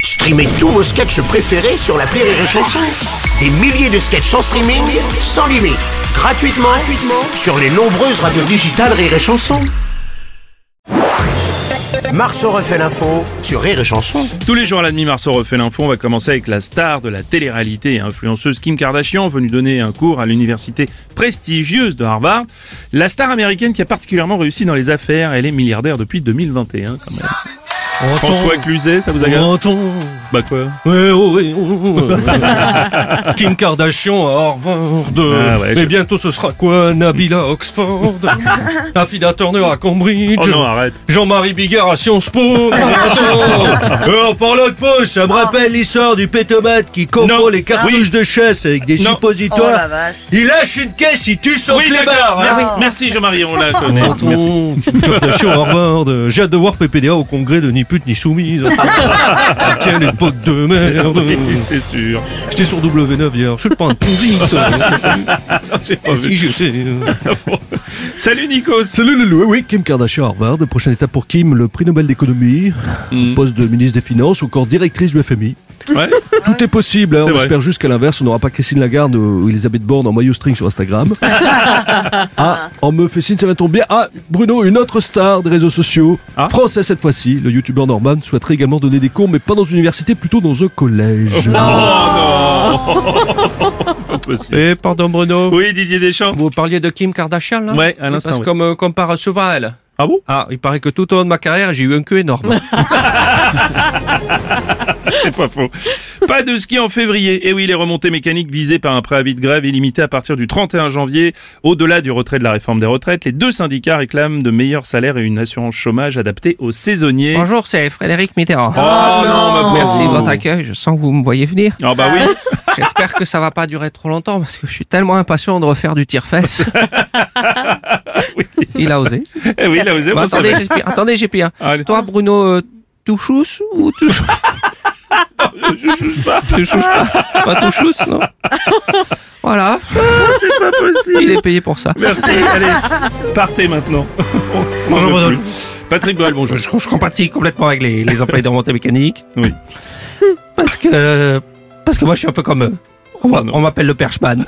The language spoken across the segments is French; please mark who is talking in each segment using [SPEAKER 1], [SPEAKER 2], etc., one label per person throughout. [SPEAKER 1] Streamez tous vos sketchs préférés sur la Rire et Chanson. Des milliers de sketchs en streaming, sans limite, gratuitement, gratuitement sur les nombreuses radios digitales Rire et Chanson. Marceau refait l'info sur Rire et Chanson.
[SPEAKER 2] Tous les jours à la demi-marceau refait l'info, on va commencer avec la star de la télé-réalité et influenceuse Kim Kardashian, venue donner un cours à l'université prestigieuse de Harvard. La star américaine qui a particulièrement réussi dans les affaires, elle est milliardaire depuis 2021 quand même. François
[SPEAKER 3] Oh.
[SPEAKER 2] Cluzet, ça vous agace
[SPEAKER 3] Menton.
[SPEAKER 2] Bah quoi
[SPEAKER 3] Ouais, ouais, ouais, ouais, ouais. Kim Kardashian à Harvard.
[SPEAKER 2] Ah ouais, je
[SPEAKER 3] Et bientôt ce sera quoi Nabil à Oxford. Afida Turner à Cambridge.
[SPEAKER 2] Oh non, arrête.
[SPEAKER 3] Jean-Marie Bigard à Sciences Po. Attends. Et en parlant de poche, ça me rappelle l'histoire du pétomate qui confond
[SPEAKER 2] Non. Ah.
[SPEAKER 3] les cartouches de chasse avec des
[SPEAKER 2] Non.
[SPEAKER 3] suppositoires. Il lâche une caisse, il tue son
[SPEAKER 2] Oui,
[SPEAKER 3] clébard.
[SPEAKER 2] d'accord. Merci, merci Jean-Marie, on la connaît.
[SPEAKER 3] Menton,
[SPEAKER 2] Merci.
[SPEAKER 3] Kim Kardashian à Harvard. J'ai hâte de voir PPDA au congrès de Ni pute ni soumise. Ah, Quelle époque de merde.
[SPEAKER 2] Oui, c'est sûr.
[SPEAKER 3] J'étais sur W9 hier, je suis pas un ponzi, ça.
[SPEAKER 2] Ah J'ai pas vu.
[SPEAKER 3] euh.
[SPEAKER 2] Salut Nikos.
[SPEAKER 3] Salut Loulou, Eh oui, Kim Kardashian Harvard. Prochaine étape pour Kim, le prix Nobel d'économie,
[SPEAKER 2] Hmm.
[SPEAKER 3] poste de ministre des Finances ou encore directrice du FMI.
[SPEAKER 2] Ouais.
[SPEAKER 3] Tout est possible, hein,
[SPEAKER 2] C'est
[SPEAKER 3] on
[SPEAKER 2] vrai.
[SPEAKER 3] espère juste qu'à l'inverse, on n'aura pas Christine Lagarde ou Elisabeth Borne en maillot string sur Instagram. ah, on me fait signe, ça va tomber bien. Ah, Bruno, une autre star des réseaux sociaux,
[SPEAKER 2] Ah.
[SPEAKER 3] français cette fois-ci, le youtubeur Norman souhaiterait également donner des cours, mais pas dans une université, plutôt dans un collège.
[SPEAKER 2] Pas possible.
[SPEAKER 4] Eh, pardon Bruno.
[SPEAKER 2] Oui, Didier Deschamps.
[SPEAKER 4] Vous parliez de Kim Kardashian là
[SPEAKER 2] Ouais, à
[SPEAKER 4] Il
[SPEAKER 2] l'instant,
[SPEAKER 4] passe
[SPEAKER 2] oui.
[SPEAKER 4] comme euh, compare souvent à elle.
[SPEAKER 2] Ah bon
[SPEAKER 4] Ah, il paraît que tout au long de ma carrière, j'ai eu un cul énorme.
[SPEAKER 2] C'est pas faux. Pas de ski en février. Et oui, les remontées mécaniques visées par un préavis de grève illimité à partir du 31 janvier. Au-delà du retrait de la réforme des retraites, les deux syndicats réclament de meilleurs salaires et une assurance chômage adaptée aux saisonniers.
[SPEAKER 4] Bonjour, c'est Frédéric Mitterrand.
[SPEAKER 2] Oh non, ma pauvre.
[SPEAKER 4] Merci de votre accueil, je sens que vous me voyez venir.
[SPEAKER 2] Ah bah oui,
[SPEAKER 4] J'espère que ça va pas durer trop longtemps parce que je suis tellement impatient de refaire du tir-fesse. Il a osé.
[SPEAKER 2] Eh oui, là vous êtes
[SPEAKER 4] Bon,
[SPEAKER 2] bon, ça
[SPEAKER 4] attendez,
[SPEAKER 2] va.
[SPEAKER 4] j'ai pire. Attendez, j'ai pire.
[SPEAKER 2] Allez.
[SPEAKER 4] Toi, Bruno, euh, touchous ou touchous
[SPEAKER 2] Je juge pas,
[SPEAKER 4] Touchous pas. Pas touchous, non Voilà,
[SPEAKER 2] c'est pas
[SPEAKER 4] il
[SPEAKER 2] possible.
[SPEAKER 4] est payé pour ça.
[SPEAKER 2] Merci, allez, partez maintenant.
[SPEAKER 4] Bonjour,
[SPEAKER 2] On en peut
[SPEAKER 4] Bruno.
[SPEAKER 2] plus. Patrick Boel, bonjour.
[SPEAKER 4] je, je compatis complètement avec les, les employés de remontée mécanique.
[SPEAKER 2] Oui.
[SPEAKER 4] Parce que, parce que moi, je suis un peu comme eux. On, m'a- on m'appelle le perchman.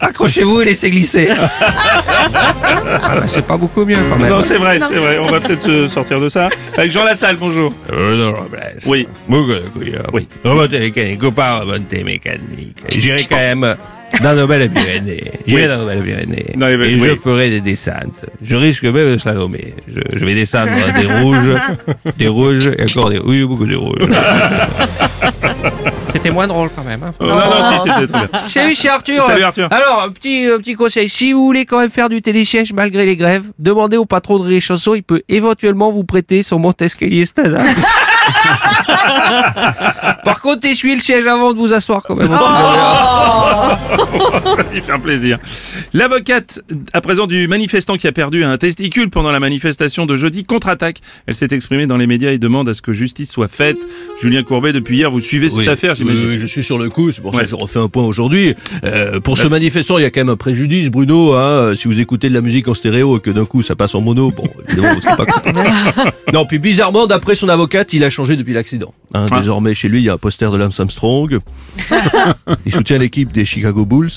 [SPEAKER 4] Accrochez-vous et laissez glisser. Ah bah, c'est pas beaucoup mieux quand même.
[SPEAKER 2] Non, c'est vrai, c'est vrai, on va peut-être se sortir de ça. Avec Jean Lassalle, bonjour.
[SPEAKER 5] Bruno Robles.
[SPEAKER 2] Oui.
[SPEAKER 5] Beaucoup de couillons.
[SPEAKER 2] Oui.
[SPEAKER 5] Remontez mécanique, on parle remontée mécanique. J'irai quand même dans nos belles Pyrénées. J'irai
[SPEAKER 2] Oui.
[SPEAKER 5] dans nos belles Pyrénées.
[SPEAKER 2] Dans les belles-
[SPEAKER 5] et
[SPEAKER 2] oui.
[SPEAKER 5] je ferai des descentes. Je risque même de slalomer. Je, je vais descendre des rouges, des rouges et encore des Oui, beaucoup de rouges.
[SPEAKER 4] C'était moins drôle quand même. hein.
[SPEAKER 2] Oh, Non, non, si, si, c'est très bien.
[SPEAKER 4] Salut, c'est Arthur.
[SPEAKER 2] Salut, Arthur.
[SPEAKER 4] Alors, un petit, un petit conseil. Si vous voulez quand même faire du télésiège malgré les grèves, demandez au patron de Rire et Chanson. Il peut éventuellement vous prêter son Montesquieu Stade. Par contre, essuyez le siège avant de vous asseoir quand même.
[SPEAKER 2] Oh, Il fait un plaisir. L'avocate, à présent du manifestant qui a perdu un testicule pendant la manifestation de jeudi, contre-attaque. Elle s'est exprimée dans les médias et demande à ce que justice soit faite. Julien Courbet, depuis hier, vous suivez cette affaire, j'imagine.
[SPEAKER 3] Oui, je suis sur le coup, c'est pour ça
[SPEAKER 2] Ouais. Bah,
[SPEAKER 3] que je refais un point aujourd'hui. Euh, pour ce manifestant, il y a quand même un préjudice, Bruno. Hein, euh, si vous écoutez de la musique en stéréo et que d'un coup ça passe en mono, bon, évidemment, vous serez pas content. non, puis bizarrement, d'après son avocate, il a changé depuis l'accident. Hein,
[SPEAKER 2] Ah.
[SPEAKER 3] Désormais, chez lui, il y a un poster de Lance Armstrong. il soutient l'équipe des Chicago Bulls.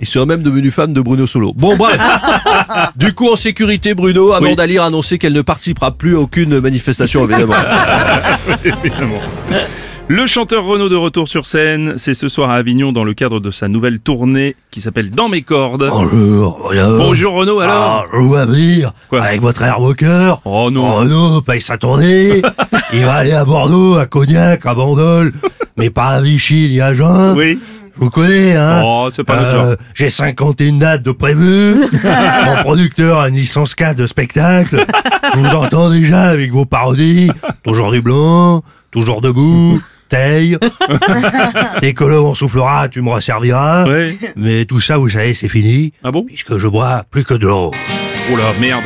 [SPEAKER 3] il serait même devenu fan de Bruno Solo. Bon, bref. du coup, en sécurité, Bruno, Amanda Lear a annoncé qu'elle ne participera plus à aucune manifestation, évidemment.
[SPEAKER 2] Évidemment. Le chanteur Renaud de retour sur scène, c'est ce soir à Avignon dans le cadre de sa nouvelle tournée qui s'appelle Dans mes cordes.
[SPEAKER 3] Bonjour, Bruno.
[SPEAKER 2] Bonjour Renaud alors.
[SPEAKER 3] Ah, Lou Amir,
[SPEAKER 2] Quoi
[SPEAKER 3] avec votre air moqueur.
[SPEAKER 2] Oh non.
[SPEAKER 3] Renaud paye sa tournée. Il va aller à Bordeaux, à Cognac, à Bandol. Mais pas à Vichy ni à Jeun.
[SPEAKER 2] Oui.
[SPEAKER 3] Je vous connais, hein.
[SPEAKER 2] Oh, c'est pas notre
[SPEAKER 3] Euh,
[SPEAKER 2] genre.
[SPEAKER 3] J'ai 51 dates de prévues. Mon producteur a une licence 4 de spectacle. Je vous entends déjà avec vos parodies. Toujours du blanc, toujours debout, taille. Dès que l'eau en soufflera, tu me resserviras.
[SPEAKER 2] Ouais.
[SPEAKER 3] Mais tout ça, vous savez, c'est fini.
[SPEAKER 2] Ah bon
[SPEAKER 3] Puisque je bois plus que de l'eau.
[SPEAKER 2] Oh la merde.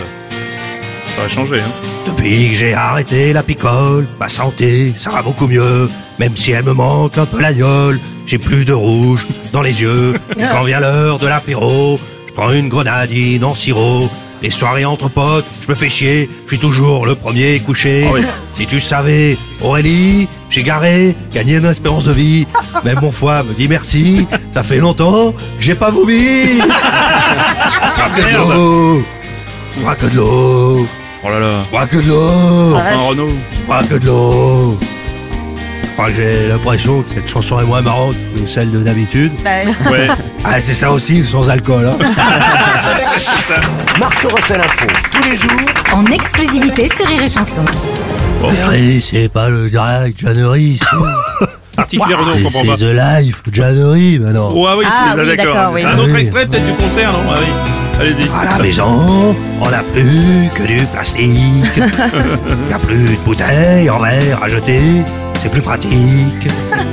[SPEAKER 2] Ça a changé hein.
[SPEAKER 3] Depuis que j'ai arrêté la picole, ma santé, ça va beaucoup mieux. Même si elle me manque un peu l'agnole, j'ai plus de rouge dans les yeux. Et quand vient l'heure de l'apéro, je prends une grenadine en sirop. les soirées entre potes, je me fais chier, je suis toujours le premier couché.
[SPEAKER 2] Ah oui.
[SPEAKER 3] Si tu savais, Aurélie, j'ai garé, gagné une espérance de vie. Même mon foie me dit merci, ça fait longtemps, que j'ai pas vomi. Bois que de
[SPEAKER 2] Merde.
[SPEAKER 3] l'eau, bois que de l'eau,
[SPEAKER 2] Oh là là.
[SPEAKER 3] bois que de l'eau.
[SPEAKER 2] Enfin, Renaud.
[SPEAKER 3] Pas que de l'eau. Enfin, j'ai l'impression que cette chanson est moins marrante que celle de d'habitude.
[SPEAKER 2] Ouais.
[SPEAKER 3] Ah, c'est ça aussi, le sans alcool. Hein.
[SPEAKER 1] Marceau refait l'info tous les jours
[SPEAKER 6] En exclusivité sur Rire et Chanson.
[SPEAKER 3] Oh. Perry, c'est pas le direct January, c'est-
[SPEAKER 2] Article Renaud, on comprend
[SPEAKER 3] Ah, c'est
[SPEAKER 2] pas.
[SPEAKER 3] The Life January maintenant.
[SPEAKER 2] Oh, ah oui,
[SPEAKER 7] Ah
[SPEAKER 2] c'est-
[SPEAKER 7] oui,
[SPEAKER 2] ah,
[SPEAKER 7] d'accord, oui.
[SPEAKER 2] Un autre
[SPEAKER 3] Oui.
[SPEAKER 2] extrait peut-être du concert, non Ah oui. Allez-y.
[SPEAKER 3] À la maison, on n'a plus que du plastique. Il n'y a plus de bouteilles en verre à jeter. C'est plus pratique.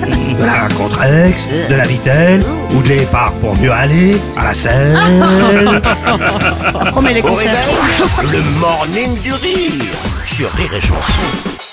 [SPEAKER 3] De la Contrex, de la Vitelle ou de l'épargne pour mieux aller à la Seine.
[SPEAKER 7] Promet les
[SPEAKER 1] au
[SPEAKER 7] concerts.
[SPEAKER 1] réveil. Le morning du rire sur Rire et Chanson.